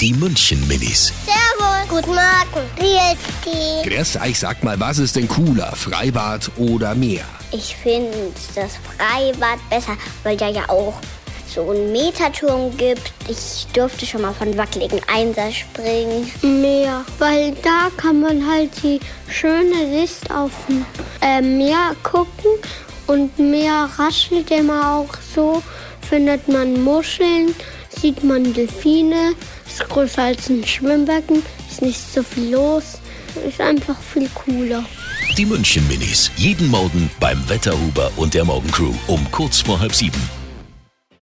Die München Minis. Servus. Guten Morgen. Wie ist die? Grüß ich sag mal, was ist denn cooler, Freibad oder Meer? Ich finde das Freibad besser, weil da ja auch so einen Meterturm gibt. Ich durfte schon mal von wackeligen Einser springen. Meer, weil da kann man halt die schöne Sicht auf dem äh, Meer gucken und Meer raschelt immer auch so, findet man Muscheln, sieht man Delfine, ist größer als ein Schwimmbecken, ist nicht so viel los, ist einfach viel cooler. Die München Minis. Jeden Morgen beim Wetterhuber und der Morgencrew um kurz vor halb sieben.